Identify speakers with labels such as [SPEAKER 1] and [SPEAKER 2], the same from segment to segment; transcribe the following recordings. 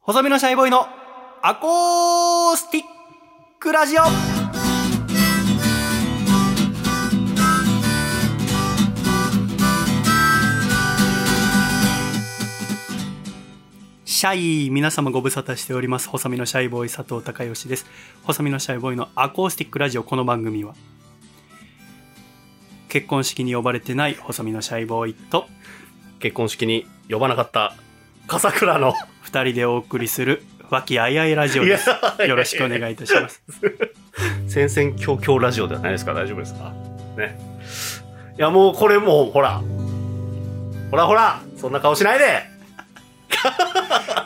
[SPEAKER 1] 細身のシャイボーイのアコースティックラジオシャイ皆様ご無沙汰しております細身のシャイボーイ佐藤孝義です細身のシャイボーイのアコースティックラジオこの番組は結婚式に呼ばれてない細身のシャイボーイと
[SPEAKER 2] 結婚式に呼ばなかった笠倉の
[SPEAKER 1] 二人でお送りする和気あいあいラジオです
[SPEAKER 2] いや
[SPEAKER 1] よろしくお願いいたします
[SPEAKER 2] 戦々恐々ラジオではないですか大丈夫ですかねいやもうこれもうほらほらほらそんな顔しないで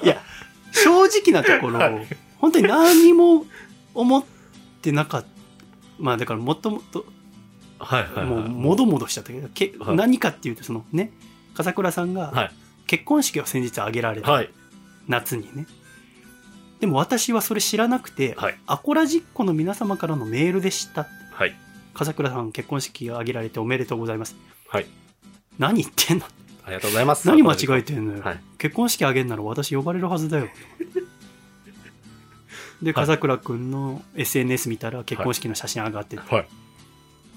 [SPEAKER 1] いや、正直なところ、
[SPEAKER 2] はい
[SPEAKER 1] 本当に何にも思ってなかった。まあだからもっともっと、
[SPEAKER 2] はい
[SPEAKER 1] もう、もどもどしちゃったけど、け
[SPEAKER 2] はい
[SPEAKER 1] 何かっていうと、そのね、笠倉さんが
[SPEAKER 2] はい
[SPEAKER 1] 結婚式を先日挙げられた、
[SPEAKER 2] はい
[SPEAKER 1] 夏にね。でも私はそれ知らなくて、
[SPEAKER 2] はい
[SPEAKER 1] アコラジッコの皆様からのメールでした。
[SPEAKER 2] はい
[SPEAKER 1] 笠倉さん結婚式を挙げられておめでとうございます。
[SPEAKER 2] はい
[SPEAKER 1] 何言ってんの
[SPEAKER 2] ありがとうございます
[SPEAKER 1] 何間違え
[SPEAKER 2] て
[SPEAKER 1] てんのよ、
[SPEAKER 2] はい
[SPEAKER 1] 結婚式あげんなら私呼ばれるはずだ よで
[SPEAKER 2] はい
[SPEAKER 1] 笠倉君の SNS 見たら結婚式の写真上がってて、
[SPEAKER 2] はい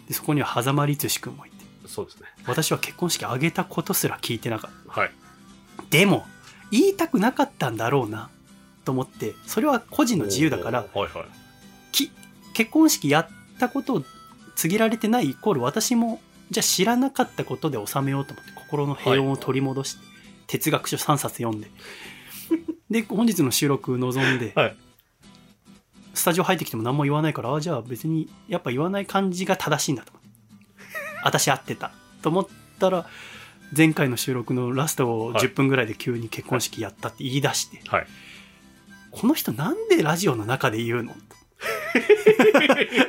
[SPEAKER 1] でそこには狭間律志君もいて
[SPEAKER 2] そうですね
[SPEAKER 1] 私は結婚式あげたことすら聞いてなかっ
[SPEAKER 2] はい
[SPEAKER 1] たでも言いたくなかったんだろうなと思ってそれは個人の自由だから
[SPEAKER 2] おーはいはい
[SPEAKER 1] き結婚式やったことを告げられてないイコール私もじゃあ知らなかったことで収めようと思って心の平穏を取り戻して、哲学書3冊 読んでで本日の収録望んで、
[SPEAKER 2] はい
[SPEAKER 1] スタジオ入ってきても何も言わないからあじゃあ別にやっぱ言わない感じが正しいんだと思って私合ってたと思ったら前回の収録のラストを
[SPEAKER 2] はい
[SPEAKER 1] 10分ぐらいで急に結婚式やったって言い出して、
[SPEAKER 2] はい
[SPEAKER 1] この人なんでラジオの中で 言うの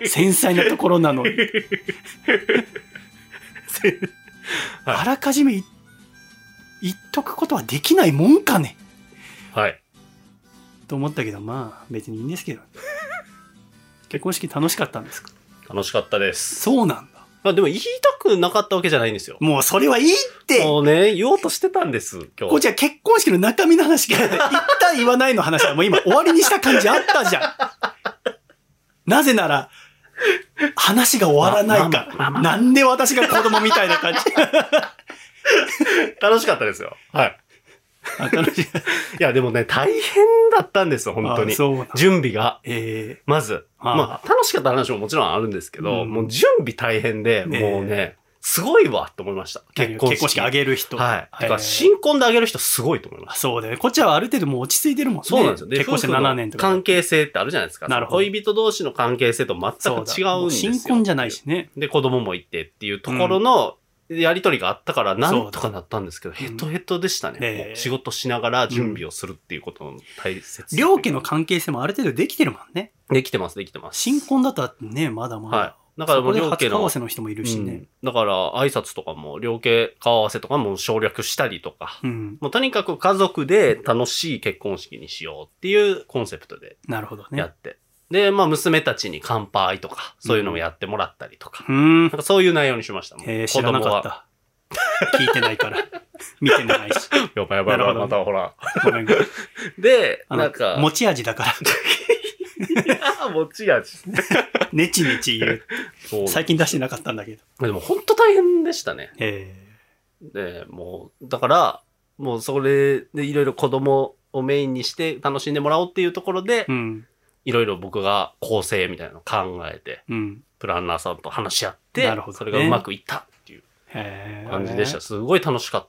[SPEAKER 1] 繊細なところなのに、
[SPEAKER 2] はい
[SPEAKER 1] あらかじめ言っ言っとくことはできないもんかね
[SPEAKER 2] はい
[SPEAKER 1] と思ったけどまあ別にいいんですけ ど結婚式楽しかったんですか
[SPEAKER 2] 楽しかったです
[SPEAKER 1] そうなんだ
[SPEAKER 2] まあでも言いたくなかったわけじゃないんですよ
[SPEAKER 1] もうそれはいいって
[SPEAKER 2] もうね言おうとしてたんです今
[SPEAKER 1] こう
[SPEAKER 2] 日
[SPEAKER 1] じゃ結婚式の中身の話から、一旦言わないの話はもう今終わりにした感じあったじゃん。なぜなら、話が終わらないか
[SPEAKER 2] まあまあ
[SPEAKER 1] ら。なんで私が子供みたいな感 じ。
[SPEAKER 2] 楽しかったですよはい
[SPEAKER 1] あ楽しい
[SPEAKER 2] いや、でもね、大変だったんですよ、本当に
[SPEAKER 1] あ。そうなん
[SPEAKER 2] 準備が。
[SPEAKER 1] え
[SPEAKER 2] まず。
[SPEAKER 1] ああ
[SPEAKER 2] まあ、楽しかった話ももちろんあるんですけど、
[SPEAKER 1] うん
[SPEAKER 2] もう準備大変で、
[SPEAKER 1] ねえ
[SPEAKER 2] もうね、すごいわ、と思いました。
[SPEAKER 1] ー
[SPEAKER 2] 結婚式。
[SPEAKER 1] 結婚式あげる人。
[SPEAKER 2] はい。
[SPEAKER 1] えー
[SPEAKER 2] てか、新婚であげる人すごいと思いま
[SPEAKER 1] あ
[SPEAKER 2] す。
[SPEAKER 1] そうだよね。こっちはある程度もう落ち着いてるもんね。
[SPEAKER 2] そうなんですよ。で
[SPEAKER 1] 結婚して
[SPEAKER 2] 夫婦の
[SPEAKER 1] 7年とか。
[SPEAKER 2] 関係性ってあるじゃないですか。
[SPEAKER 1] なるほど
[SPEAKER 2] 恋人同士の関係性と全く
[SPEAKER 1] そ
[SPEAKER 2] 違うん
[SPEAKER 1] うだ
[SPEAKER 2] ですよ
[SPEAKER 1] も。新婚じゃないし。ね。
[SPEAKER 2] で、子供もいてっていうところの、やりとりがあったから、なんとかなったんですけど、
[SPEAKER 1] そうだ
[SPEAKER 2] ヘトヘトでしたね。
[SPEAKER 1] ねえ
[SPEAKER 2] もう仕事しながら準備をするっていうことの大切さ
[SPEAKER 1] 両家の関係性もある程度できてるもんね。
[SPEAKER 2] できてます、できてます。
[SPEAKER 1] 新婚だったらね、まだまだ。
[SPEAKER 2] はい。だからもう
[SPEAKER 1] そこ
[SPEAKER 2] 両
[SPEAKER 1] で
[SPEAKER 2] 家
[SPEAKER 1] 初顔合
[SPEAKER 2] の
[SPEAKER 1] わ。せの人もいるしね。
[SPEAKER 2] うんだから挨拶とかも、両家顔合わせとかも省略したりとか。
[SPEAKER 1] うん。
[SPEAKER 2] もうとにかく家族で楽しい結婚式にしようっていうコンセプトで
[SPEAKER 1] なるほどね。
[SPEAKER 2] やって。で、まあ娘たちに乾杯とか、そういうのもやってもらったりとか。
[SPEAKER 1] うーん
[SPEAKER 2] なん。かそういう内容にしました。もう
[SPEAKER 1] えー知らなかっ。た。聞いてない から。見てないし。
[SPEAKER 2] やばいやばいやば
[SPEAKER 1] な
[SPEAKER 2] い、
[SPEAKER 1] る
[SPEAKER 2] ま
[SPEAKER 1] ほど
[SPEAKER 2] たほら。
[SPEAKER 1] ごめんごめん。
[SPEAKER 2] で、
[SPEAKER 1] あ
[SPEAKER 2] なん
[SPEAKER 1] の
[SPEAKER 2] か、、
[SPEAKER 1] 持ち味だから。
[SPEAKER 2] あー持ち味。
[SPEAKER 1] ネチネチ言う。
[SPEAKER 2] そう。
[SPEAKER 1] 最近出してなかったんだけど。
[SPEAKER 2] でも本当大変でしたね。
[SPEAKER 1] え
[SPEAKER 2] で、もう、だから、もうそれでいろいろ子供をメインにして楽しんでもらおうっていうところで
[SPEAKER 1] ー、うん。
[SPEAKER 2] いろいろ僕が構成みたいなのを考えて、
[SPEAKER 1] うん。
[SPEAKER 2] プランナーさんと話し合って、
[SPEAKER 1] なるほどね
[SPEAKER 2] それがうまくいったっていう
[SPEAKER 1] えー
[SPEAKER 2] 感じでした。。すごい楽しかっ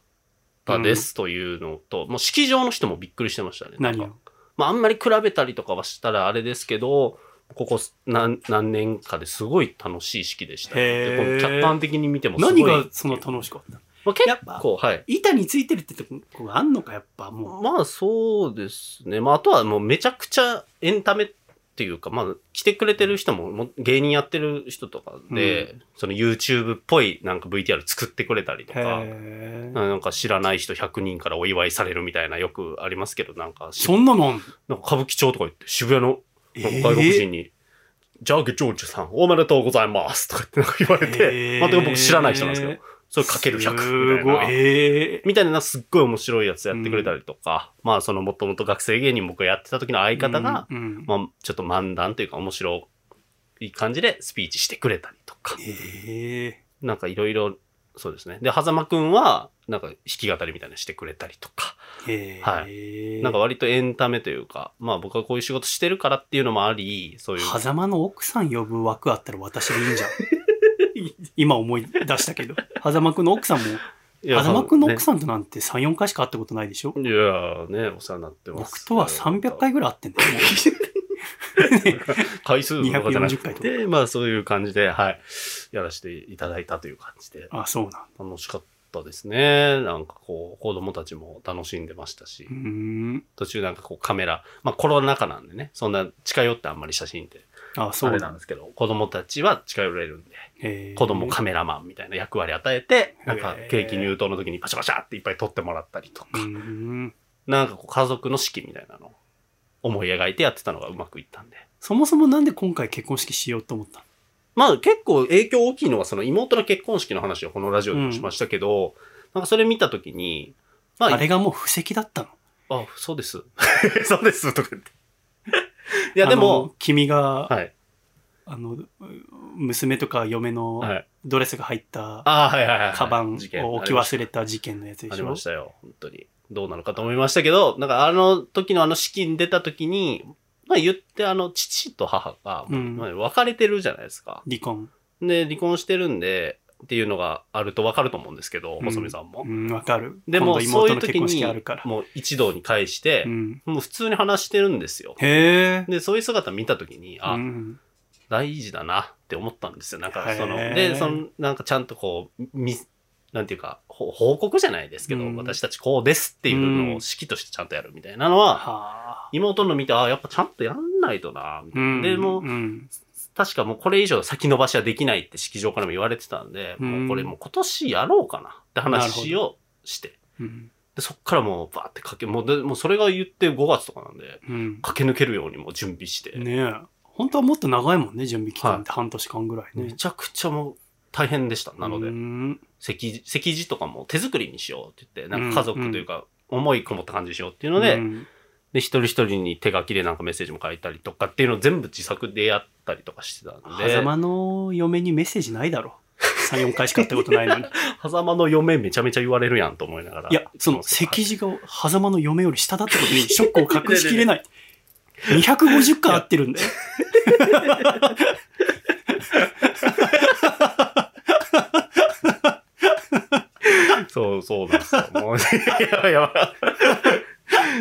[SPEAKER 2] たですというのと、もう式場の人もびっくりしてましたね。
[SPEAKER 1] 何
[SPEAKER 2] なん
[SPEAKER 1] を
[SPEAKER 2] かまああんまり比べたりとかはしたらあれですけど、ここ何何年かですごい楽しい式でした。
[SPEAKER 1] へー
[SPEAKER 2] でこの客観的に見てもすごい
[SPEAKER 1] 何がその楽しかったの
[SPEAKER 2] まあ、
[SPEAKER 1] やっぱ
[SPEAKER 2] 結構、はい。
[SPEAKER 1] 板についてるってとこがあんのか、やっぱもう。
[SPEAKER 2] まあそうですね。まああとはもうめちゃくちゃエンタメっていうか、まあ来てくれてる人ももう芸人やってる人とかで、その YouTube っぽいなんか VTR 作ってくれたりとか、
[SPEAKER 1] へー
[SPEAKER 2] なんか知らない人100人からお祝いされるみたいなよくありますけど、なんかし、
[SPEAKER 1] そんなのあんの
[SPEAKER 2] なんか歌舞伎町とか行って渋谷の
[SPEAKER 1] え
[SPEAKER 2] なん
[SPEAKER 1] ー
[SPEAKER 2] か外国人に、ジャーゲ・ジョージさん、おめでとうございますとかってなんか言われて、
[SPEAKER 1] へー
[SPEAKER 2] まあ、でも僕知らない人なんですけど、それかける100み
[SPEAKER 1] す
[SPEAKER 2] たい
[SPEAKER 1] ご。。
[SPEAKER 2] ない
[SPEAKER 1] え
[SPEAKER 2] みたいな、すっごい面白いやつやってくれたりとか、まあ、その、もともと学生芸人僕がやってた時の
[SPEAKER 1] ー
[SPEAKER 2] 相方が、
[SPEAKER 1] うんうん
[SPEAKER 2] まあ、ちょっと漫談というか面白い感じでスピーチしてくれたりとか、
[SPEAKER 1] ええ
[SPEAKER 2] なんかいろいろ、そうですね。で、狭間くんは、なんか弾き語りみたいなのしてくれたりとか、
[SPEAKER 1] ええ
[SPEAKER 2] はなんか割とエンタメというか、まあ僕はこういう仕事してるからっていうのもあり、そういう。
[SPEAKER 1] 狭間の奥さん呼ぶ枠あったら私でいいん じゃん。今思い出したけど。狭間くんの奥さんも、
[SPEAKER 2] いや
[SPEAKER 1] 狭間くんの奥
[SPEAKER 2] ね
[SPEAKER 1] さんとなんて3、4回しか会ったことないでしょ
[SPEAKER 2] いやーね、お世話になってます。
[SPEAKER 1] 僕とは300回ぐらい会ってんだよ。
[SPEAKER 2] 回数とかじゃなく
[SPEAKER 1] 240回とか
[SPEAKER 2] て、まあそういう感じで、はい、やらせていただいたという感じで、
[SPEAKER 1] あ、そうなんだ。
[SPEAKER 2] 楽しかったですね。なんかこう、子供たちも楽しんでましたし
[SPEAKER 1] うー、ん。
[SPEAKER 2] 途中なんかこうカメラ、まあコロナ禍なんでね、そんな近寄ってあんまり写真って、
[SPEAKER 1] あ、そ
[SPEAKER 2] あ
[SPEAKER 1] う
[SPEAKER 2] れ
[SPEAKER 1] な
[SPEAKER 2] なんん
[SPEAKER 1] だ
[SPEAKER 2] ですけど、子供たちは近寄れるんで、。
[SPEAKER 1] ええ
[SPEAKER 2] 子供カメラマンみたいな役割与えて、なんかケーキ入刀の時にパシャパシャっていっぱい撮ってもらったりと
[SPEAKER 1] う
[SPEAKER 2] か、
[SPEAKER 1] ーん。
[SPEAKER 2] なんかこう家族の式みたいなのを思い描いてやってたのがうまくいったんで。
[SPEAKER 1] そもそもなんで今回結婚式しようと思ったの
[SPEAKER 2] まあ結構影響大きいのはその妹の結婚式の話をこのラジオでもしましたけど、なんかそれ見たときに、まあ、
[SPEAKER 1] あれがもう布石だったの
[SPEAKER 2] あ、そ うです。そうです、とか言って。い
[SPEAKER 1] い
[SPEAKER 2] やでも、、
[SPEAKER 1] 君が、
[SPEAKER 2] はい、
[SPEAKER 1] あの、う娘とか嫁の
[SPEAKER 2] はい。
[SPEAKER 1] ドレスが入った
[SPEAKER 2] あはいはいはい。
[SPEAKER 1] カバンを置
[SPEAKER 2] 事
[SPEAKER 1] き
[SPEAKER 2] 件
[SPEAKER 1] 忘れた事件のやつで
[SPEAKER 2] あ
[SPEAKER 1] し
[SPEAKER 2] り
[SPEAKER 1] ょ
[SPEAKER 2] ましたよ、本当に。どうなのかと思いましたけど、なんかあの時のあの式に出た時に、まあ言ってあの父と母が、
[SPEAKER 1] うん
[SPEAKER 2] まあ別れてるじゃないですか。
[SPEAKER 1] 離婚。
[SPEAKER 2] で、離婚してるんで、っていうのがあるとわかると思うんですけど、
[SPEAKER 1] うん
[SPEAKER 2] 細見さんも
[SPEAKER 1] う。ん、わかる。
[SPEAKER 2] でも、
[SPEAKER 1] 今
[SPEAKER 2] そ
[SPEAKER 1] 度妹
[SPEAKER 2] ういう
[SPEAKER 1] の
[SPEAKER 2] 時
[SPEAKER 1] 結婚式
[SPEAKER 2] に
[SPEAKER 1] あるから。、
[SPEAKER 2] もう一堂に会して
[SPEAKER 1] う、ん、
[SPEAKER 2] もう普通に話してるんですよ。
[SPEAKER 1] へえ。
[SPEAKER 2] で、そういう姿見た時に、あ、
[SPEAKER 1] うん
[SPEAKER 2] 大事だなって思ったんですよ。なんか、その、
[SPEAKER 1] へー
[SPEAKER 2] で、その、なんかちゃんとこう、み、なんていうか、ほ報告じゃないですけど、
[SPEAKER 1] うん
[SPEAKER 2] 私たちこうですっていうの
[SPEAKER 1] うん
[SPEAKER 2] を式としてちゃんとやるみたいなのは、
[SPEAKER 1] はあ。
[SPEAKER 2] 妹の見て、あ、やっぱちゃんとやんないとな、みたいな。で、もう
[SPEAKER 1] うん、
[SPEAKER 2] 確かもうこれ以上先延ばしはできないって式場からも言われてたんで、
[SPEAKER 1] うん
[SPEAKER 2] もうこれもう今年やろうかなって話をして、
[SPEAKER 1] うん、
[SPEAKER 2] で、そっからもうバーって駆け、もうで、もうそれが言って5月とかなんで、
[SPEAKER 1] うん。
[SPEAKER 2] 駆け抜けるようにもう準備して、
[SPEAKER 1] ねえ。本当はもっと長いもんね、準備期間って半年間ぐらい
[SPEAKER 2] め
[SPEAKER 1] ね。
[SPEAKER 2] ちゃくちゃもう大変でした。なので
[SPEAKER 1] う、ん
[SPEAKER 2] 席席次とかも手作りにしようって言って、なんか家族というか、思いこもった感じにしようっていうので、
[SPEAKER 1] うん
[SPEAKER 2] で、一人一人に手書きでなんかメッセージも書いたりとかっていうのを全部自作でやったりとかしてたんで、
[SPEAKER 1] 狭間の嫁にメッセージないだろ。3、4回しか会った ことないのに。
[SPEAKER 2] 狭間の嫁めちゃめちゃ言われるやんと思いながら。
[SPEAKER 1] いや、その、席次が狭間の嫁より下だってことに ショックを隠しきれない。250回合って るんだよ。
[SPEAKER 2] そう、そうなんですよ。もう、いやいや、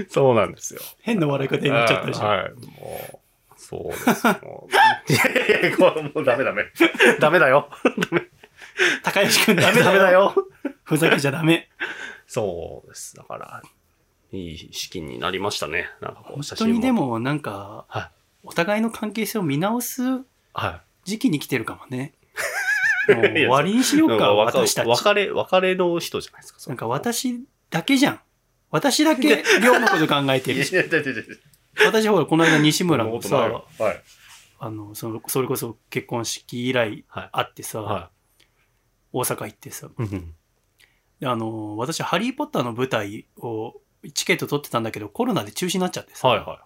[SPEAKER 2] そうなんですよ。
[SPEAKER 1] 変な笑い方になっちゃったでしょ。
[SPEAKER 2] はい。もう、そうです。もう いやいやいや、これもうダメダメ。ダメだよ。
[SPEAKER 1] 高橋君ダメ
[SPEAKER 2] ダ
[SPEAKER 1] だ
[SPEAKER 2] メだ
[SPEAKER 1] よ。
[SPEAKER 2] よ。
[SPEAKER 1] ふざけちゃダメ。
[SPEAKER 2] そうです。だから、いい資金になりましたね。なんかこう、
[SPEAKER 1] 本
[SPEAKER 2] 写
[SPEAKER 1] 当
[SPEAKER 2] 真も。
[SPEAKER 1] にでも、なんか
[SPEAKER 2] は、
[SPEAKER 1] お互いの関係性を見直す
[SPEAKER 2] は
[SPEAKER 1] 時期に来てるかも ね。もう
[SPEAKER 2] い
[SPEAKER 1] 終
[SPEAKER 2] や
[SPEAKER 1] わりにし
[SPEAKER 2] い。
[SPEAKER 1] よ
[SPEAKER 2] なん
[SPEAKER 1] う
[SPEAKER 2] か
[SPEAKER 1] か、
[SPEAKER 2] わか
[SPEAKER 1] 私たち。
[SPEAKER 2] 別れ、別れの人じゃないですか。そ
[SPEAKER 1] な
[SPEAKER 2] れ
[SPEAKER 1] んか、私だけじゃん。私だ け、両のこと考えて
[SPEAKER 2] い
[SPEAKER 1] る
[SPEAKER 2] やい
[SPEAKER 1] し。
[SPEAKER 2] やいやいやいや
[SPEAKER 1] 私、ほら、この間、西村
[SPEAKER 2] そんな
[SPEAKER 1] の
[SPEAKER 2] ことない
[SPEAKER 1] さ
[SPEAKER 2] わ、はい。
[SPEAKER 1] あの、その、それこそ結婚式以来
[SPEAKER 2] はい。
[SPEAKER 1] 会ってさ、
[SPEAKER 2] は
[SPEAKER 1] 大阪行ってさ、
[SPEAKER 2] い。うん
[SPEAKER 1] であの、私、ハリー・ポッターの舞台を、チケット取ってたんだけど、コロナで中止になっちゃってさ、
[SPEAKER 2] はいは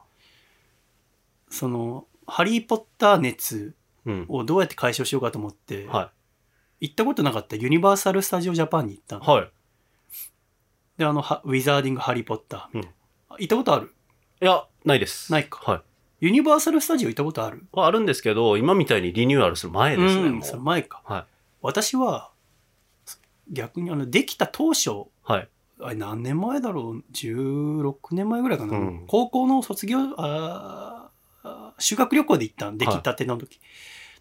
[SPEAKER 1] その、ハリー・ポッター熱
[SPEAKER 2] い。うん。
[SPEAKER 1] をどうやって解消しようかと思って、
[SPEAKER 2] は
[SPEAKER 1] 行ったことなかったユニバーサル・スタジオ・ジャパンに行った
[SPEAKER 2] い。
[SPEAKER 1] の。
[SPEAKER 2] はい。
[SPEAKER 1] で、あの、はウィザーディング・ハリー・ポッターみたいな。行ったことある
[SPEAKER 2] いや、ないです。
[SPEAKER 1] ないか
[SPEAKER 2] はい。
[SPEAKER 1] ユニバーサル・スタジオ行ったことある
[SPEAKER 2] はあるんですけど、今みたいにリニューアルする前ですね、
[SPEAKER 1] うん、
[SPEAKER 2] も
[SPEAKER 1] それ
[SPEAKER 2] う。
[SPEAKER 1] 前か。
[SPEAKER 2] はい
[SPEAKER 1] 私は、逆にあの、できた当初、
[SPEAKER 2] はい。
[SPEAKER 1] あれ何年前だろう16年前ぐらいかな、
[SPEAKER 2] うん
[SPEAKER 1] 高校の卒業あーあー修学旅行で行ったん出来たての時、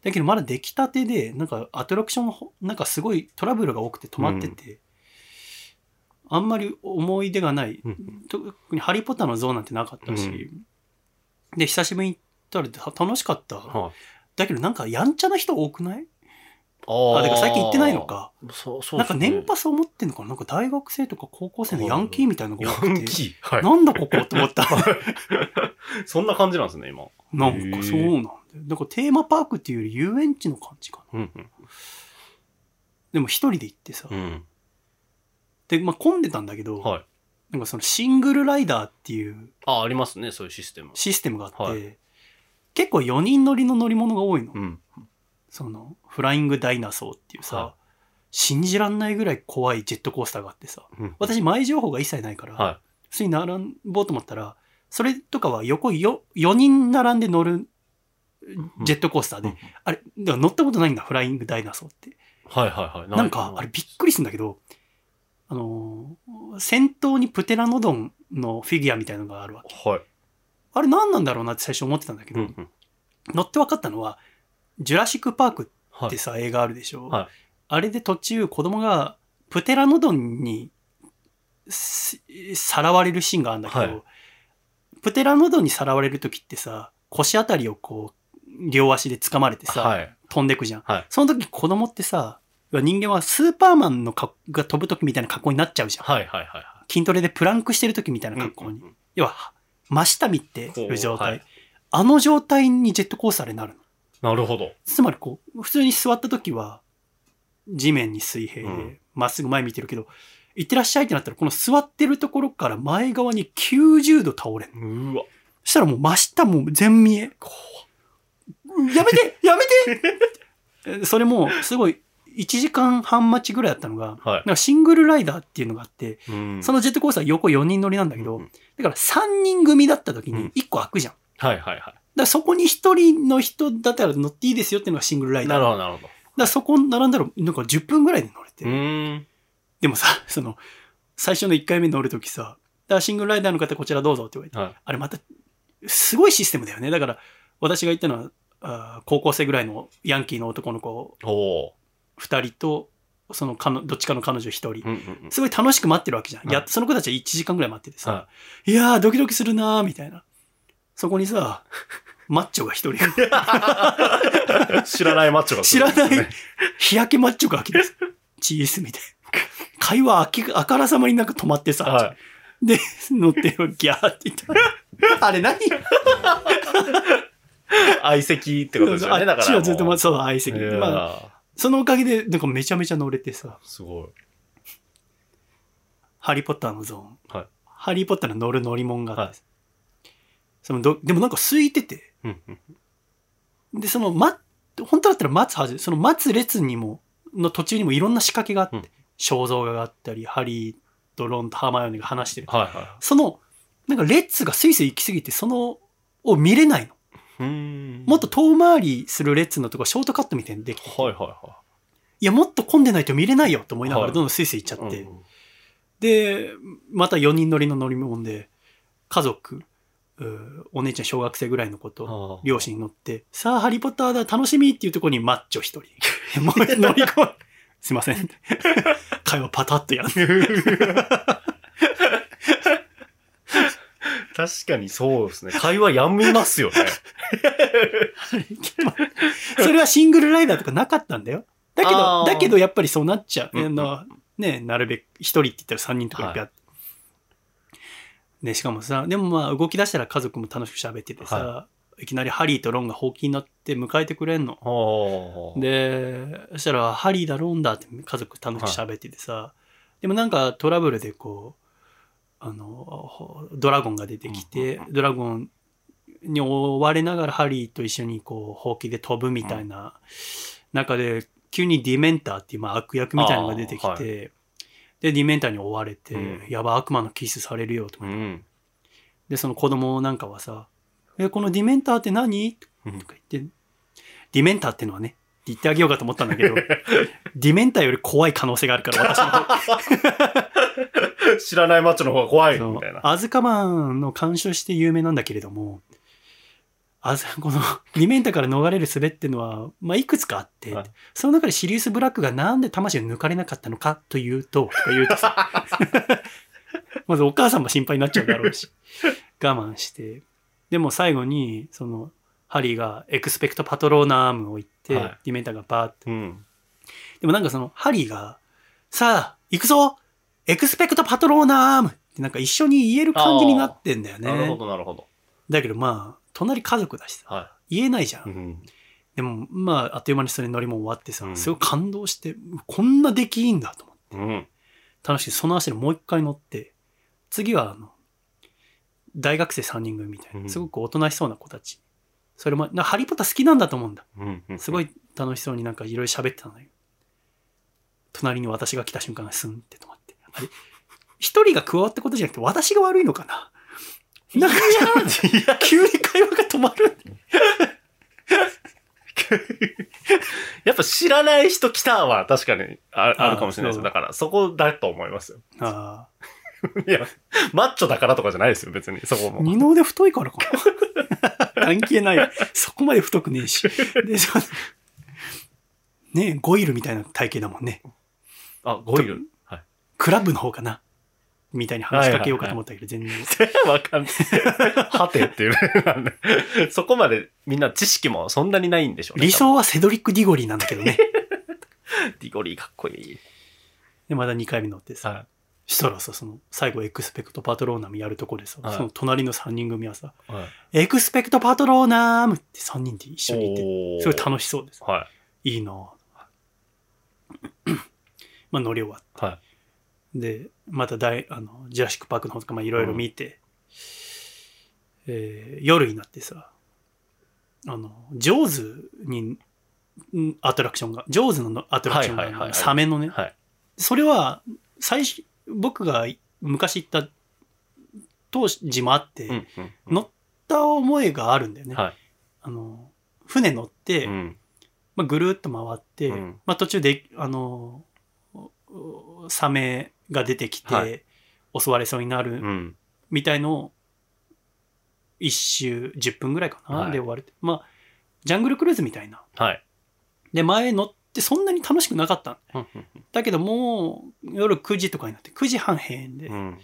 [SPEAKER 1] だけどまだ出来たてでなんかアトラクションほなんかすごいトラブルが多くて止まってて、あんまり思い出がない、
[SPEAKER 2] うん
[SPEAKER 1] 特に「ハリー・ポッター」の像なんてなかったし、で久しぶりに行ったらた楽しかった、
[SPEAKER 2] はい。
[SPEAKER 1] だけどなんかやんちゃな人多くない
[SPEAKER 2] あ
[SPEAKER 1] あ
[SPEAKER 2] ー
[SPEAKER 1] だから最近行ってないの。か
[SPEAKER 2] そう、そう
[SPEAKER 1] なんか
[SPEAKER 2] ですね。
[SPEAKER 1] 年パスを持ってんのかななんか大学生とか高校生のヤンキーみたいなのが
[SPEAKER 2] ヤ
[SPEAKER 1] 多くて
[SPEAKER 2] ンキー。はい。
[SPEAKER 1] なんだここと思 った。
[SPEAKER 2] そんな感じなんですね、今。
[SPEAKER 1] なんかそうなんだよ。だからテーマパークっていうより遊園地の感じか
[SPEAKER 2] うんうん。
[SPEAKER 1] でも一人で行ってさ、
[SPEAKER 2] うん。
[SPEAKER 1] で、まあ、混んでたんだけど、
[SPEAKER 2] はい。
[SPEAKER 1] なんかそのシングルライダーっていう
[SPEAKER 2] あ、ありますね、そういうシステム。
[SPEAKER 1] システムがあって、
[SPEAKER 2] は
[SPEAKER 1] 結構4人乗りの乗り物が多いの。
[SPEAKER 2] うん。
[SPEAKER 1] その、フライングダイナソーっていうさ、
[SPEAKER 2] は
[SPEAKER 1] 信じらんないぐらい怖いジェットコースターがあってさ、
[SPEAKER 2] うん
[SPEAKER 1] 私前情報が一切ないから、
[SPEAKER 2] は
[SPEAKER 1] 普通に並ぼうと思ったら、それとかは横よ4人並んで乗るジェットコースター
[SPEAKER 2] い。
[SPEAKER 1] で、
[SPEAKER 2] うん
[SPEAKER 1] あれ、だから乗ったことないんだ、フライングダイナソーって。
[SPEAKER 2] はいはいはい。
[SPEAKER 1] なんか、あれびっくりするんだけど、あのー先頭にプテラノドンのフィギュアみたいなのがあるわけ。
[SPEAKER 2] はい。
[SPEAKER 1] あれ何なんだろうなって最初思ってたんだけ
[SPEAKER 2] う
[SPEAKER 1] ど、
[SPEAKER 2] んうん。
[SPEAKER 1] 乗って分かったのは、ジュラシック・パーク
[SPEAKER 2] は
[SPEAKER 1] って
[SPEAKER 2] い。
[SPEAKER 1] さ、映画あるでしょ、
[SPEAKER 2] はい
[SPEAKER 1] あれで途中子供がプテラノドンにすさらわれるシーンがあるんだけど、
[SPEAKER 2] はい
[SPEAKER 1] プテラノドンにさらわれる時ってさ腰あたりをこう両足で掴まれてさ、
[SPEAKER 2] はい。
[SPEAKER 1] 飛んでくじゃん、
[SPEAKER 2] はい
[SPEAKER 1] その時子供ってさ人間はスーパーマンの格が飛ぶ時みたいな格好になっちゃうじゃん
[SPEAKER 2] はいはいはいは
[SPEAKER 1] 筋トレでプランクしてる時みたい
[SPEAKER 2] い。
[SPEAKER 1] な格好に、
[SPEAKER 2] うんうんうん
[SPEAKER 1] 要は真下見てる状態、
[SPEAKER 2] こうはい
[SPEAKER 1] あの状態にジェットコースターでなるの
[SPEAKER 2] なるほど。
[SPEAKER 1] つまりこう、普通に座った時は、地面に水平
[SPEAKER 2] う
[SPEAKER 1] で
[SPEAKER 2] ん、
[SPEAKER 1] まっすぐ前見てるけど、行ってらっしゃいってなったら、この座ってるところから前側に90度倒れんの。
[SPEAKER 2] うわ。
[SPEAKER 1] そしたらもう真下もう全見え。やめ てやめて えそれも、すごい、1時間半待ちぐらいだったのが、
[SPEAKER 2] は
[SPEAKER 1] なんかシングルライダーっていうのがあって、
[SPEAKER 2] い。うん
[SPEAKER 1] そのジェットコースター横4人乗りなんだけど、だから3人組だった時に1個開くじゃん。だ
[SPEAKER 2] はいはいは
[SPEAKER 1] からそこに1人の人だったら乗っていいですよっていうのがシングルライ
[SPEAKER 2] い。
[SPEAKER 1] ダー
[SPEAKER 2] な。るほどなるほど。
[SPEAKER 1] だからそこ並んだら、なんか10分ぐらいで乗れて。
[SPEAKER 2] うーん。
[SPEAKER 1] でもさ、 その、最初の1回目乗るときさ、ダーシングルライダーの方こちらどうぞって言われて、
[SPEAKER 2] はい
[SPEAKER 1] あれまた、すごいシステムだよね。だから、私が行ったのは、あー高校生ぐらいのヤンキーの男の子
[SPEAKER 2] おー
[SPEAKER 1] 2人と、その彼女、どっちかの彼女1人。
[SPEAKER 2] うんうんうん。
[SPEAKER 1] すごい楽しく待ってるわけじゃん。
[SPEAKER 2] はい
[SPEAKER 1] やっその子たちは1時間ぐらい待っててさ、、
[SPEAKER 2] はい
[SPEAKER 1] やー、ドキドキするなー、みたいな。そこにさ、 マッチョが1人が、
[SPEAKER 2] 知らないマッチョが来
[SPEAKER 1] 知
[SPEAKER 2] る
[SPEAKER 1] ら
[SPEAKER 2] んです
[SPEAKER 1] な
[SPEAKER 2] ね、
[SPEAKER 1] い日焼けマッチョが飽き です。チースみたいな。会話あきあからさまになんか止まってさ、
[SPEAKER 2] は
[SPEAKER 1] で、乗ってるギャーって言った。あれ何
[SPEAKER 2] い。 相席ってことですよね。
[SPEAKER 1] あ
[SPEAKER 2] だ
[SPEAKER 1] っ
[SPEAKER 2] から。
[SPEAKER 1] ちはずっとま
[SPEAKER 2] も
[SPEAKER 1] あ
[SPEAKER 2] う
[SPEAKER 1] そう、相席。
[SPEAKER 2] いやー
[SPEAKER 1] まあ、そのおかげで、なんかめちゃめちゃ乗れてさ、
[SPEAKER 2] すごい。
[SPEAKER 1] ハリーポッターのゾーン。
[SPEAKER 2] はい
[SPEAKER 1] ハリーポッターの乗る乗り物があって、
[SPEAKER 2] はい
[SPEAKER 1] そのどでもなんか空いてて、
[SPEAKER 2] うんうん
[SPEAKER 1] で、その、ま、本当だったら待つはず、その待つ列にも、の途中にもいろんな仕掛けがあって、
[SPEAKER 2] うん
[SPEAKER 1] 肖像画があったり、ハリーとロンとハーマイオニーが話してる
[SPEAKER 2] はいは
[SPEAKER 1] その、なんかレッツがスイスイ行き過ぎて、その、を見れないの。
[SPEAKER 2] い。うーん
[SPEAKER 1] もっと、遠回りするレッツのとこショートカットみたいにできて、
[SPEAKER 2] はいはい
[SPEAKER 1] や、もっと混んでないと見れないよと思いながら、
[SPEAKER 2] はい
[SPEAKER 1] どんどんスイスイ行っちゃっ
[SPEAKER 2] いはい。
[SPEAKER 1] て、
[SPEAKER 2] うんうん
[SPEAKER 1] で、また4人乗りの乗り物で、家族、うーお姉ちゃん小学生ぐらいの子と、
[SPEAKER 2] あー
[SPEAKER 1] 両親乗って、さあ、ハリーポッターだ、楽しみっていうところにマッチョ一人。 もう乗り込む。すいませ ん。会話パタッとやんで。
[SPEAKER 2] 確かにそうですね。会話やみま すよね。
[SPEAKER 1] それはシングルライダーとかなかったんだよ。だけど、
[SPEAKER 2] あー
[SPEAKER 1] だけどやっぱりそうなっちゃう。
[SPEAKER 2] うんうん
[SPEAKER 1] あのね、なるべく、一人って言ったら三人とかにピャッて。ね、しかもさ、でもまあ動き出したら家族も楽しく喋っててさ、い、きなりハリーとロンがほうきになって迎えてくれんの。
[SPEAKER 2] ああ。、
[SPEAKER 1] で、そしたらハリーだロンだって家族楽しく喋っててさ、でもなんかトラブルでこう、あの、ほドラゴンが出てきて、ドラゴンに追われながらハリーと一緒にこう、ほうきで飛ぶみたいな中で、急にディメンターっていう、まあ、悪役みたいなのが出てきて、
[SPEAKER 2] あーはい
[SPEAKER 1] で、ディメンターに追われて、
[SPEAKER 2] うん
[SPEAKER 1] やば悪魔のキスされるよと
[SPEAKER 2] う
[SPEAKER 1] か、
[SPEAKER 2] ん。
[SPEAKER 1] で、その子供なんかはさ、え、このディメンターって何
[SPEAKER 2] うん
[SPEAKER 1] とか言って、ディメンターってのはね、言ってあげようかと思ったんだけど、ディメンターより怖い可能性があるから、私の方
[SPEAKER 2] 知らないマッチョの方が怖い
[SPEAKER 1] そ
[SPEAKER 2] み
[SPEAKER 1] の
[SPEAKER 2] たいな。
[SPEAKER 1] アズカバンの監修して有名なんだけれども、あず このディメンターから逃れる術っていうのは、まあ、いくつかあって、
[SPEAKER 2] はい
[SPEAKER 1] その中でシリウス・ブラックがなんで魂を抜かれなかったのかというと、と か言うとさまずお母さんも心配になっちゃうだろうし、我慢して。でも最後に、その、ハリーがエクスペクトパトローナームを言って、
[SPEAKER 2] はい
[SPEAKER 1] ディメンターがバーって
[SPEAKER 2] うん。
[SPEAKER 1] でもなんかその、ハリーが、さあ、行くぞエクスペクトパトローナームってなんか一緒に言える感じになってんだよ
[SPEAKER 2] なるほ
[SPEAKER 1] ね。
[SPEAKER 2] ど、なるほど。
[SPEAKER 1] だけどまあ、隣家族だしさ、
[SPEAKER 2] は
[SPEAKER 1] 言えないじゃ。
[SPEAKER 2] い。うんん。
[SPEAKER 1] でも、まあ、あっという間にそれ乗りも終わってさ、
[SPEAKER 2] うん
[SPEAKER 1] すごい感動して、こんな出来いいんだと思って。
[SPEAKER 2] うん。
[SPEAKER 1] 楽しい。その足でもう一回乗って、次は、あの、大学生3人組みたいうな、
[SPEAKER 2] ん
[SPEAKER 1] すごくおとなしそうな子たち。それも、なハリーポッター好きなんだと思うんだ。
[SPEAKER 2] うん。うん
[SPEAKER 1] すご。い楽しそうになんかいろいろ喋ってたのよ。隣に私が来た瞬間がスンって止まって。あれ一人が加わったことじゃなくて私が悪いのかななんか、急に会話が止まる。
[SPEAKER 2] やっぱ知らない人来たは確かにあ
[SPEAKER 1] あー
[SPEAKER 2] あるかもしれないです
[SPEAKER 1] そう
[SPEAKER 2] よ。だからそこだと思いますよ。
[SPEAKER 1] ああ。
[SPEAKER 2] いや、マッチョだからとかじゃないですよ、別に。そこも。
[SPEAKER 1] 二の腕太いからかな。関係ない。そこまで太くねえし。で、そのねえ、ゴイルみたいな体型だもんね。
[SPEAKER 2] あ、ゴイル。はい。
[SPEAKER 1] クラブの方かな。みたいに話しかけようかと思ったけど、全然。
[SPEAKER 2] わかんない。 はてっていうね。なんで そこまでみんな知識もそんなにないんでしょうね。
[SPEAKER 1] 理想はセドリック・ディゴリーなんだけどね。
[SPEAKER 2] 多分ディゴリーかっこいい。
[SPEAKER 1] で、また2回目乗ってさ。
[SPEAKER 2] は
[SPEAKER 1] したらさ、その、最後エクスペクトパトローナムやるとこでさ、
[SPEAKER 2] はい
[SPEAKER 1] その隣の3人組はさ、
[SPEAKER 2] い。はい、
[SPEAKER 1] エクスペクトパトローナムって3人で一緒にいて、
[SPEAKER 2] おー
[SPEAKER 1] すごい楽しそうです。
[SPEAKER 2] はい
[SPEAKER 1] いな ぁまあ乗り終わっ
[SPEAKER 2] い。はい。
[SPEAKER 1] て、で、また大、あの、ジュラシックパークの方とか、まあいろいろ見て、えー夜になってさ、あの、ジョーズに、んアトラクションが、ジョーズのアトラクションがあるの
[SPEAKER 2] はいはいはいはい
[SPEAKER 1] サメのね、
[SPEAKER 2] はい。
[SPEAKER 1] それは最初僕が昔行った当時もあって、
[SPEAKER 2] うんうんうん
[SPEAKER 1] 乗った思いがあるんだよね、
[SPEAKER 2] はい
[SPEAKER 1] あの船乗って、
[SPEAKER 2] うん
[SPEAKER 1] まあ、ぐるっと回って、
[SPEAKER 2] うん
[SPEAKER 1] まあ、途中であのサメが出てきて、
[SPEAKER 2] は
[SPEAKER 1] 襲われそうにな
[SPEAKER 2] う
[SPEAKER 1] る
[SPEAKER 2] ん。
[SPEAKER 1] みたいのを一周10分ぐらいかな、
[SPEAKER 2] はい
[SPEAKER 1] で終わるまあジャングルクルーズみたいな
[SPEAKER 2] はい。
[SPEAKER 1] で前乗ってそんなに楽しくなかった
[SPEAKER 2] うんうん
[SPEAKER 1] だけどもう夜9時とかになって9時半閉園で、
[SPEAKER 2] うん。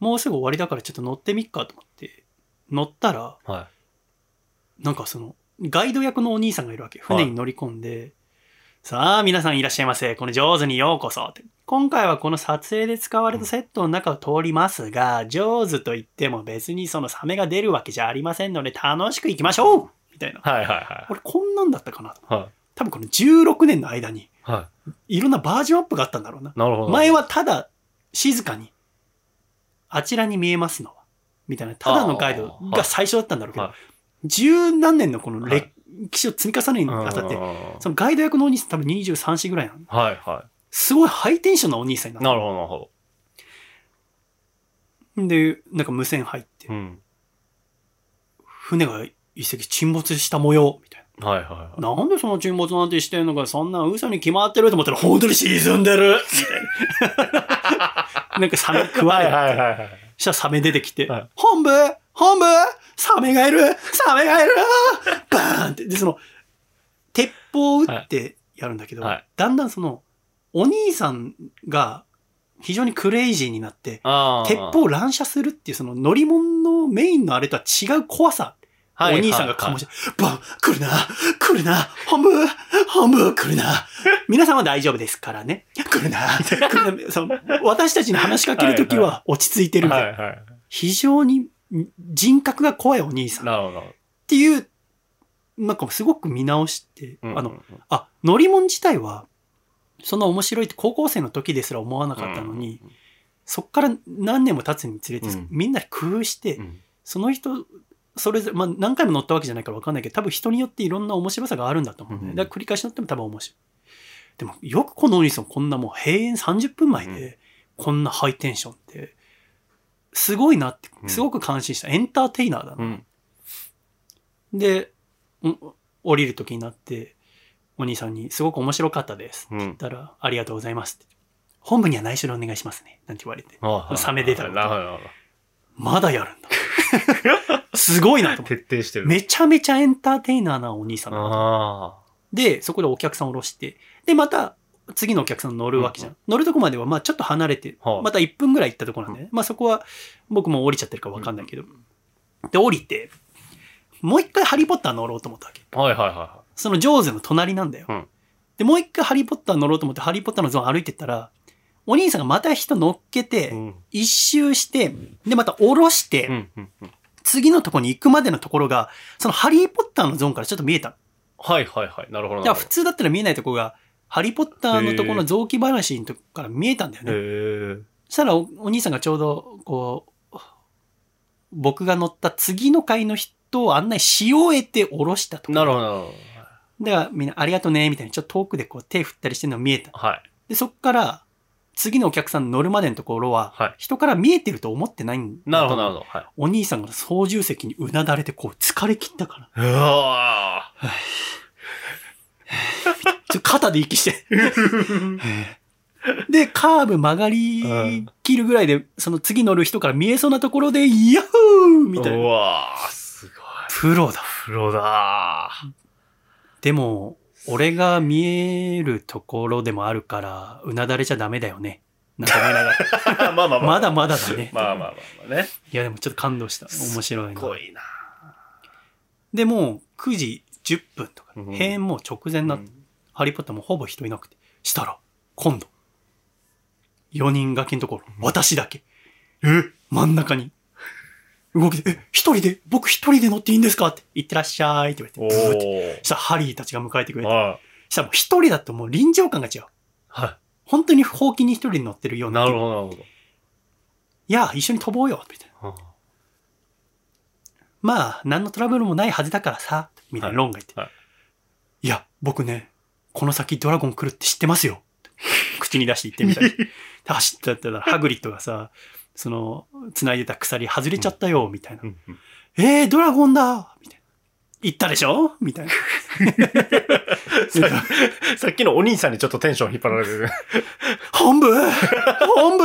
[SPEAKER 1] もうすぐ終わりだからちょっと乗ってみっかと思って乗ったら
[SPEAKER 2] は。
[SPEAKER 1] なんかそのガイド役のお兄さんがいるわけ船に乗り込んで、さあ皆さんいらっしゃいませこの上手にようこそって今回はこの撮影で使われたセットの中を通りますが上手といっても別にそのサメが出るわけじゃありませんので楽しく行きましょうみたいない
[SPEAKER 2] はいはいは
[SPEAKER 1] 俺こんなんだったかなと
[SPEAKER 2] い。は
[SPEAKER 1] 多分この16年の間に
[SPEAKER 2] い。はい。
[SPEAKER 1] ろんなバージョンアップがあったんだろうない
[SPEAKER 2] なるほど。
[SPEAKER 1] 前はただ静かに、あちらに見えますのは、みたいな、ただのガイドが最初だったんだろうけど
[SPEAKER 2] は、
[SPEAKER 1] 十何年のこの
[SPEAKER 2] は
[SPEAKER 1] 歴
[SPEAKER 2] い
[SPEAKER 1] 史を積み重ねるにあたって
[SPEAKER 2] うん、うんうん
[SPEAKER 1] そのガイド役のお兄さん多分23歳ぐらいなの。
[SPEAKER 2] はいは
[SPEAKER 1] すごいハイテンションなお兄さんに
[SPEAKER 2] い。
[SPEAKER 1] なっ
[SPEAKER 2] なるほどなるほど。
[SPEAKER 1] た。で、なんか無線入って
[SPEAKER 2] う、ん。
[SPEAKER 1] 船が一隻沈没した模様、みたいな。
[SPEAKER 2] はいはいはい。
[SPEAKER 1] なんでその沈没なんてしてんのか、そんな嘘に決まってると思ったら、本当に沈んでる みたいな。なんかサメ食われて
[SPEAKER 2] はいはいはい。
[SPEAKER 1] そしたらサメ出てきて、
[SPEAKER 2] はい
[SPEAKER 1] 本部本部サメがいるサメがいるバーンって。で、その、鉄砲を撃ってやるんだけど、
[SPEAKER 2] はい
[SPEAKER 1] だんだんその、お兄さんが非常にクレイジーになって、
[SPEAKER 2] ああ。
[SPEAKER 1] 鉄砲を乱射するっていうその乗り物のメインのあれとは違う怖さ。
[SPEAKER 2] はいはいはい
[SPEAKER 1] お兄さんが醸し、バン来るな来るな本部本部来るな皆さんは大丈夫ですからね。来るな来るなその私たちに話しかけるときは落ち着いてるみたいな
[SPEAKER 2] はいはい。
[SPEAKER 1] 非常にん人格が怖いお兄さんっ
[SPEAKER 2] なるほど。
[SPEAKER 1] ていう、なんかすごく見直して、
[SPEAKER 2] うんうん
[SPEAKER 1] あの、、あ、乗り物自体は、そんな面白いって高校生の時ですら思わな
[SPEAKER 2] な
[SPEAKER 1] かったのに、。そっから何年も経つにつれて、
[SPEAKER 2] うん
[SPEAKER 1] みんなで工夫して、
[SPEAKER 2] うん
[SPEAKER 1] その人、それぞれ、まあ何回も乗ったわけじゃないから分かんないけど、多分人によっていろんな面白さがあるんだと思うんだよね
[SPEAKER 2] うん
[SPEAKER 1] だから繰り返し乗っても多分面白い。でもよくこのお兄さんこんなもう閉園30分前で、こんなハイテンションって、すごいなって、
[SPEAKER 2] うん
[SPEAKER 1] すごく感心した。エンターテイナーだな。
[SPEAKER 2] うん。
[SPEAKER 1] で、ん降りる時になって、お兄さんにすごく面白かったです。
[SPEAKER 2] うんうん
[SPEAKER 1] だったら、ありがとうございますって。本部には内緒でお願いしますね。なんて言われて。
[SPEAKER 2] ああ
[SPEAKER 1] サメ出たら
[SPEAKER 2] なるほどなるほ
[SPEAKER 1] まだやるん だ。すごいなと
[SPEAKER 2] ど。
[SPEAKER 1] 思って。
[SPEAKER 2] 徹底してる。
[SPEAKER 1] めちゃめちゃエンターテイナーなお兄さんだな
[SPEAKER 2] あ
[SPEAKER 1] で、そこでお客さんを降ろして、で、また、次のお客さん乗るわけじゃん。
[SPEAKER 2] う
[SPEAKER 1] 乗るとこまでは、まあちょっと離れて、
[SPEAKER 2] はい
[SPEAKER 1] また1分ぐらい行ったとこなんで、ねまあそこは、僕もう降りちゃってるからわかんないけど。で、降りて、もう一回ハリーポッター乗ろうと思ったわけ。
[SPEAKER 2] あ。はいはいはいは
[SPEAKER 1] そのジョーズの隣なんだよ。
[SPEAKER 2] うん
[SPEAKER 1] で、もう一回ハリーポッター乗ろうと思って、ハリーポッターのゾーン歩いてったら、お兄さんがまた人乗っけて、
[SPEAKER 2] い。うん。
[SPEAKER 1] 一周して、で、また降ろして、
[SPEAKER 2] うんうんうん。
[SPEAKER 1] 次のとこに行くまでのところが、そのハリーポッターのゾーンからちょっと見えた。
[SPEAKER 2] はいはいはい。なるほど
[SPEAKER 1] だから
[SPEAKER 2] なるほ
[SPEAKER 1] 普通だったら見えないとこが、ハリー・ポッターのところの雑木林のとこから見えたんだよ
[SPEAKER 2] ど。
[SPEAKER 1] ね。
[SPEAKER 2] へえ。
[SPEAKER 1] そしたらおお兄さんがちょうど、こう、僕が乗った次の回の人を案内し終えて降ろしたとこ
[SPEAKER 2] なるほどなるほ
[SPEAKER 1] だからみんなありがとね、みたいにちょっと遠くでこう手振ったりしてるの見えた。
[SPEAKER 2] ど。はい。
[SPEAKER 1] で、そっから、次のお客さん乗るまでのところは、
[SPEAKER 2] はい。
[SPEAKER 1] 人から見えてると思ってないんだ
[SPEAKER 2] なる
[SPEAKER 1] と
[SPEAKER 2] ほ
[SPEAKER 1] 思う
[SPEAKER 2] どなるほど。はい。
[SPEAKER 1] お兄さんが操縦席にうなだれてこう疲れ切ったから。
[SPEAKER 2] うわー
[SPEAKER 1] ちょっと肩で息 して。で、カーブ曲がり切るぐらいで、その次乗る人から見えそうなところで、ヤッホーみたいうな。
[SPEAKER 2] わーすごい。
[SPEAKER 1] プロだ。
[SPEAKER 2] プロだー
[SPEAKER 1] でも、俺が見えるところでもあるから、うなだれちゃダメだよね。なんか思いながら。
[SPEAKER 2] まあまあまあ。
[SPEAKER 1] まだまだだね
[SPEAKER 2] まあまあまあまあね。す
[SPEAKER 1] いや、でもちょっと感動した。面白いな。
[SPEAKER 2] ごいな。
[SPEAKER 1] で、もう9時10分とか、
[SPEAKER 2] うん
[SPEAKER 1] 閉園もう直前になって、ハリーポッターもほぼ人いなくて、したら、今度、4人掛けのところ、私だけ、
[SPEAKER 2] え
[SPEAKER 1] 真ん中に、動きで、え、一人で、僕一人で乗っていいんですかって、行ってらっしゃいって言
[SPEAKER 2] お
[SPEAKER 1] われて、ブーって。
[SPEAKER 2] ー
[SPEAKER 1] したらハリーたちが迎えてくれて、
[SPEAKER 2] はい。
[SPEAKER 1] したらもう一人だともう臨場感が違う。
[SPEAKER 2] は
[SPEAKER 1] 本当にほうきに一人で乗ってるよう
[SPEAKER 2] い。
[SPEAKER 1] な。
[SPEAKER 2] なるほどなる
[SPEAKER 1] いや、一緒に飛ぼうよ、みたいな。
[SPEAKER 2] ほど。
[SPEAKER 1] まあ、何のトラブルもないはずだからさ、みたいなロンが言って。
[SPEAKER 2] はい
[SPEAKER 1] い
[SPEAKER 2] は
[SPEAKER 1] や、僕ね、この先ドラゴン来るって知ってますよ。 口に出して言ってみたい。で 走ってたら、ハグリッドがさ、その、繋いでた鎖外れちゃったよ、みたいな。
[SPEAKER 2] うんうん
[SPEAKER 1] えー、ドラゴンだみたいな。行ったでしょみ たいな。
[SPEAKER 2] さっきのお兄さんにちょっとテンション引っ張られてる。
[SPEAKER 1] 本部本 部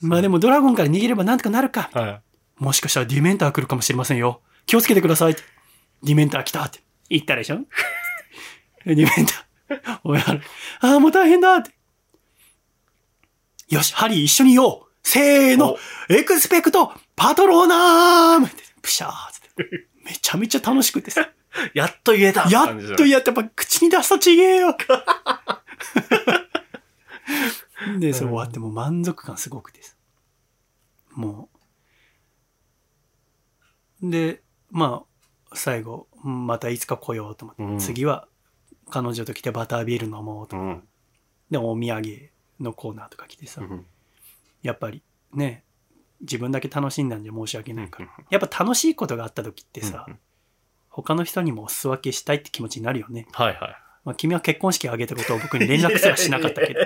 [SPEAKER 1] まあでもドラゴンから逃げればなんとかなるか。
[SPEAKER 2] は
[SPEAKER 1] もしかしたらディメンター来るかもしれませんよ。気をつけてくださいって。ディメンター来たって言ったでしょ ディメンター。おやら、ああ、もう大変だって。よし、ハリー一緒にいようせーのエクスペクトパトローナームって、プシャーって。めちゃめちゃ楽しくてさ。
[SPEAKER 2] い。やっと言えた
[SPEAKER 1] やっとやって、やっぱ口に出すとちげえ よで、それ終わってもう満足感すごくです。もう。で、まあ、最後、うんまたいつか来ようと思って、
[SPEAKER 2] うん
[SPEAKER 1] 次は彼女と来てバタービール飲もうと
[SPEAKER 2] う
[SPEAKER 1] 思って、
[SPEAKER 2] ん。
[SPEAKER 1] で、お土産のコーナーとか来てさ、
[SPEAKER 2] うん
[SPEAKER 1] やっぱりね、自分だけ楽しんだんじゃ申し訳ないから。やっぱ楽しいことがあった時ってさ、
[SPEAKER 2] うん
[SPEAKER 1] 他の人にもお裾分けしたいって気持ちになるよね。
[SPEAKER 2] はいはい。
[SPEAKER 1] まあ、君は結婚式を挙げたことを僕に連絡すらしなかったけど、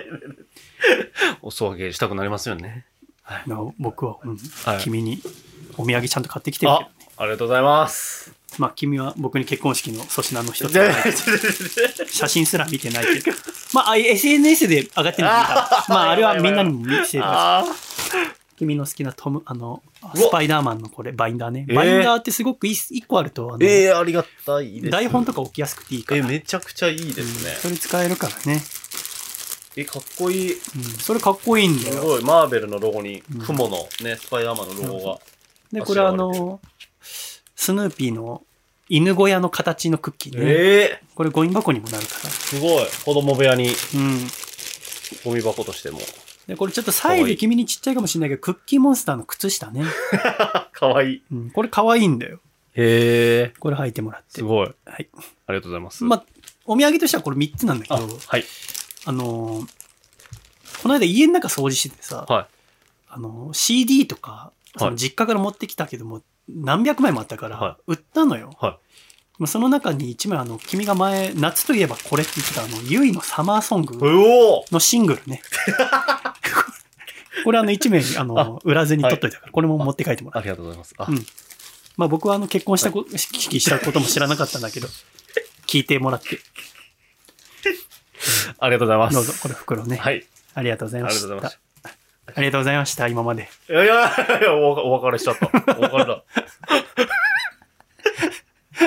[SPEAKER 2] お裾分けしたくなりますよね。
[SPEAKER 1] の僕は、うん
[SPEAKER 2] はい
[SPEAKER 1] 君にお土産ちゃんと買ってきてるけど
[SPEAKER 2] あ、ありがとうございます。
[SPEAKER 1] まあ君は僕に結婚式の粗品の一つ
[SPEAKER 2] じゃあ
[SPEAKER 1] 写真すら見てないけど、まああ SNS で上がってるの見たまああれはみんなにも見せるから
[SPEAKER 2] あ
[SPEAKER 1] 君の好きなトム、あの、
[SPEAKER 2] うわ
[SPEAKER 1] スパイダーマンのこれ、バインダーね。
[SPEAKER 2] えー
[SPEAKER 1] バインダーってすごくいい一個あると、あの
[SPEAKER 2] ーえー、ありがたいです。
[SPEAKER 1] 台本とか置きやすくていいか
[SPEAKER 2] え
[SPEAKER 1] ら。
[SPEAKER 2] ー、めちゃくちゃいいですね
[SPEAKER 1] うん。それ使えるからね。
[SPEAKER 2] え、かっこいい。
[SPEAKER 1] うん、それかっこいいんだ
[SPEAKER 2] す
[SPEAKER 1] よ。
[SPEAKER 2] ごい。マーベルのロゴに
[SPEAKER 1] うん、
[SPEAKER 2] 雲のね、スパイダーマンのロゴが。
[SPEAKER 1] で、これあの、スヌーピーの犬小屋の形のクッキーね。
[SPEAKER 2] ええ
[SPEAKER 1] これゴミ箱にもなるから。
[SPEAKER 2] すごい。子供部屋に
[SPEAKER 1] うん。
[SPEAKER 2] ゴミ箱としても。
[SPEAKER 1] で、これちょっとサイズ君にちっちゃいかもしれないけど、クッキーモンスターの靴下ね。
[SPEAKER 2] かわいい。
[SPEAKER 1] うん、これ可愛いんだよ。
[SPEAKER 2] へえ。
[SPEAKER 1] これ履いてもらって。
[SPEAKER 2] すごい。
[SPEAKER 1] はい。
[SPEAKER 2] ありがとうございます。
[SPEAKER 1] まあ、お土産としてはこれ3つなんだけど、
[SPEAKER 2] あ、
[SPEAKER 1] あ
[SPEAKER 2] はい。
[SPEAKER 1] のーこの間家の中掃除しててさ、
[SPEAKER 2] は
[SPEAKER 1] あのー CD とか、その実家から持ってきたけども、何百枚もあったから、
[SPEAKER 2] は
[SPEAKER 1] 売ったのよ。
[SPEAKER 2] は
[SPEAKER 1] まあその中に1枚、あの、君が前、夏といえばこれって言ってた、あの、ゆいのサマーソング。
[SPEAKER 2] い。うお
[SPEAKER 1] のシングルね。 これあの1名にあの売らずに取っといたから、これも持って帰ってもら
[SPEAKER 2] あ
[SPEAKER 1] う。
[SPEAKER 2] りがとうございます。あ、
[SPEAKER 1] うんまあ僕はあの結婚したこ、式したことも知らなかったんだけど、聞いてもらって、
[SPEAKER 2] ありがとうございます。
[SPEAKER 1] どうぞこれ袋ね、
[SPEAKER 2] はい。
[SPEAKER 1] ありがとうございまし。
[SPEAKER 2] ありがとうございました
[SPEAKER 1] ありがとうございました、今まで。
[SPEAKER 2] いやいやいや、お別お別れしちゃった。 お別れだ。ちょっと、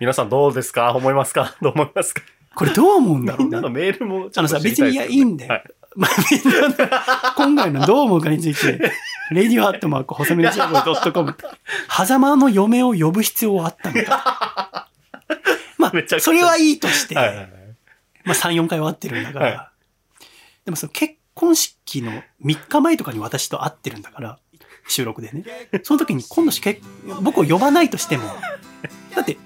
[SPEAKER 2] 皆さんどうですか思いますかどう思いますか
[SPEAKER 1] これどう思うんだろ
[SPEAKER 2] み
[SPEAKER 1] うん
[SPEAKER 2] な
[SPEAKER 1] ね
[SPEAKER 2] の。メールもち
[SPEAKER 1] あ
[SPEAKER 2] ょ
[SPEAKER 1] の
[SPEAKER 2] っ
[SPEAKER 1] さ、
[SPEAKER 2] と知り
[SPEAKER 1] 別
[SPEAKER 2] た
[SPEAKER 1] に
[SPEAKER 2] い
[SPEAKER 1] い
[SPEAKER 2] で
[SPEAKER 1] や、
[SPEAKER 2] す
[SPEAKER 1] い
[SPEAKER 2] け
[SPEAKER 1] い
[SPEAKER 2] どね、
[SPEAKER 1] んだよ。
[SPEAKER 2] はい
[SPEAKER 1] まあみんなの、今回のどう思うかについて、 レディオアットマーク、細身の情報 .com、狭間の嫁を呼ぶ必要はあったのか。ま
[SPEAKER 2] めちゃ
[SPEAKER 1] あ、
[SPEAKER 2] くちゃ
[SPEAKER 1] それはいいとして、
[SPEAKER 2] はいはいはい。
[SPEAKER 1] まあ3、4回は会ってるんだから、
[SPEAKER 2] は
[SPEAKER 1] でもその結婚式の3日前とかに私と会ってるんだから、収録でね。その時に今度しけ僕を呼ばないとしても、だって、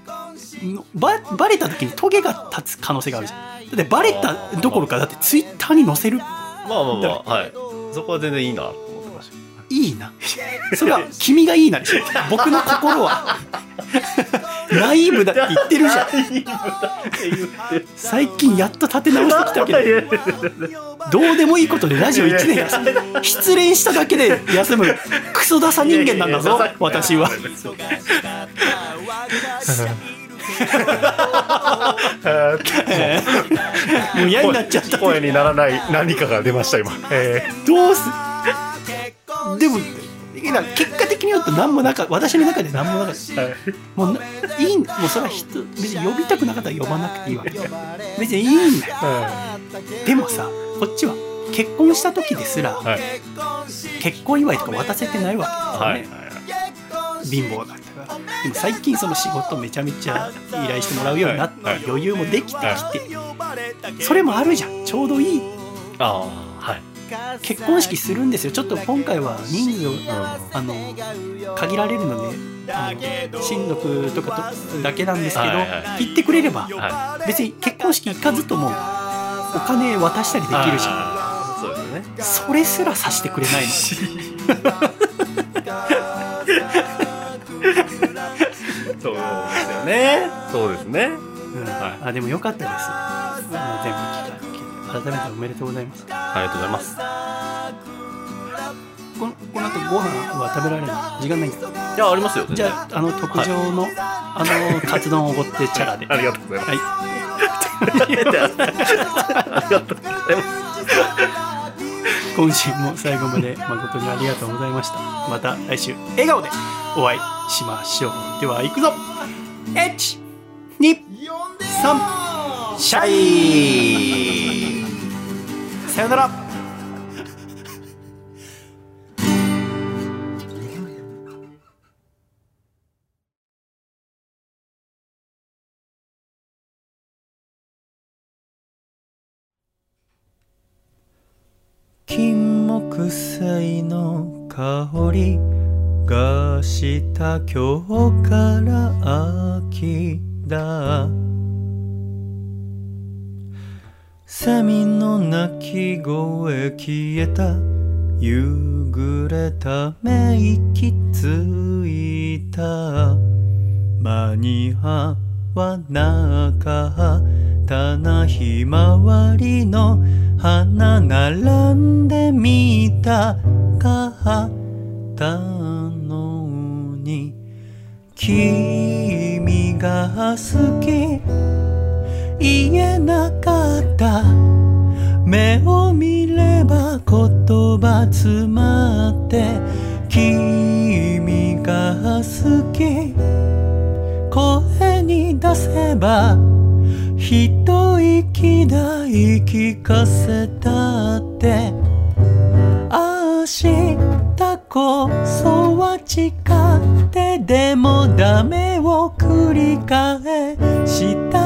[SPEAKER 1] ば、バレた時にトゲが立つ可能性があるじゃん。だってバレたどころか、だってツイッターに載せる。
[SPEAKER 2] まあまあまあ、はい。そこは全然いいなと思ってましたけど。
[SPEAKER 1] いいな。それは君がいいなでしょ。僕の心は。ナイーブだって言ってるじゃん。
[SPEAKER 2] いい豚って言ってる
[SPEAKER 1] 最近やっと立て直してきたけど。
[SPEAKER 2] いやいやい や
[SPEAKER 1] どうでもいいことでラジオ1年休む失恋しただけで休むクソダサ人間なんだぞ
[SPEAKER 2] いやいや
[SPEAKER 1] 私は
[SPEAKER 3] え
[SPEAKER 1] えーもう嫌になっちゃった
[SPEAKER 3] ー声にならない何かが出 ました今、え
[SPEAKER 1] どうすでもいや結果的に言うと何もなか私の中で何もなかった
[SPEAKER 3] ーはい
[SPEAKER 1] もうないいんもうそれは人別に呼びたくなかったら呼ばなくていいわけ別にいいんだよでもさこっちは結婚した時ですら、
[SPEAKER 3] はい
[SPEAKER 1] 結婚祝いとか渡せてないわ
[SPEAKER 2] は
[SPEAKER 1] け
[SPEAKER 2] い
[SPEAKER 1] ですよね、貧乏だったからでも最近その仕事めちゃめちゃ依頼してもらうようになって
[SPEAKER 3] はい
[SPEAKER 1] 余裕もできてきて、それもあるじゃんちょうどいい
[SPEAKER 2] ああ、はい。
[SPEAKER 1] 結婚式するんですよちょっと今回は人数を、あの限られるのであの親族とかとだけなんですけど、
[SPEAKER 2] はいは
[SPEAKER 1] 言ってくれれば
[SPEAKER 2] は
[SPEAKER 1] 別に結婚式行かずともお金渡したりできるじゃん
[SPEAKER 2] ゃん。そうですね。
[SPEAKER 1] それすらさしてくれないの
[SPEAKER 2] そうですよね。そうですね。
[SPEAKER 1] うん
[SPEAKER 2] はい
[SPEAKER 1] あでも良かったですもう全部聞かれて改めておめでとうございます
[SPEAKER 2] ありがとうございます。
[SPEAKER 1] このこの後ご飯は食べられない時間ないんですか
[SPEAKER 2] いや、ありますよ。
[SPEAKER 1] じゃああの特上の、あのカツ丼をおごってチャラで
[SPEAKER 3] ありがとうございます
[SPEAKER 1] はい今週も最後まで誠にありがとうございましたまた来週笑顔でお会いしましょうでは行くぞ123シ ャイさよなら金木犀の香りがした今日から秋だセミの鳴き声消えた夕暮れため息ついた間に合わなかったなひまわりの花並んでみたかったのに君が好き言えなかった目を見れば言葉詰まって君が好き声に出せば一息だ言い聞かせたって明日こそは誓ってでもダメを繰り返した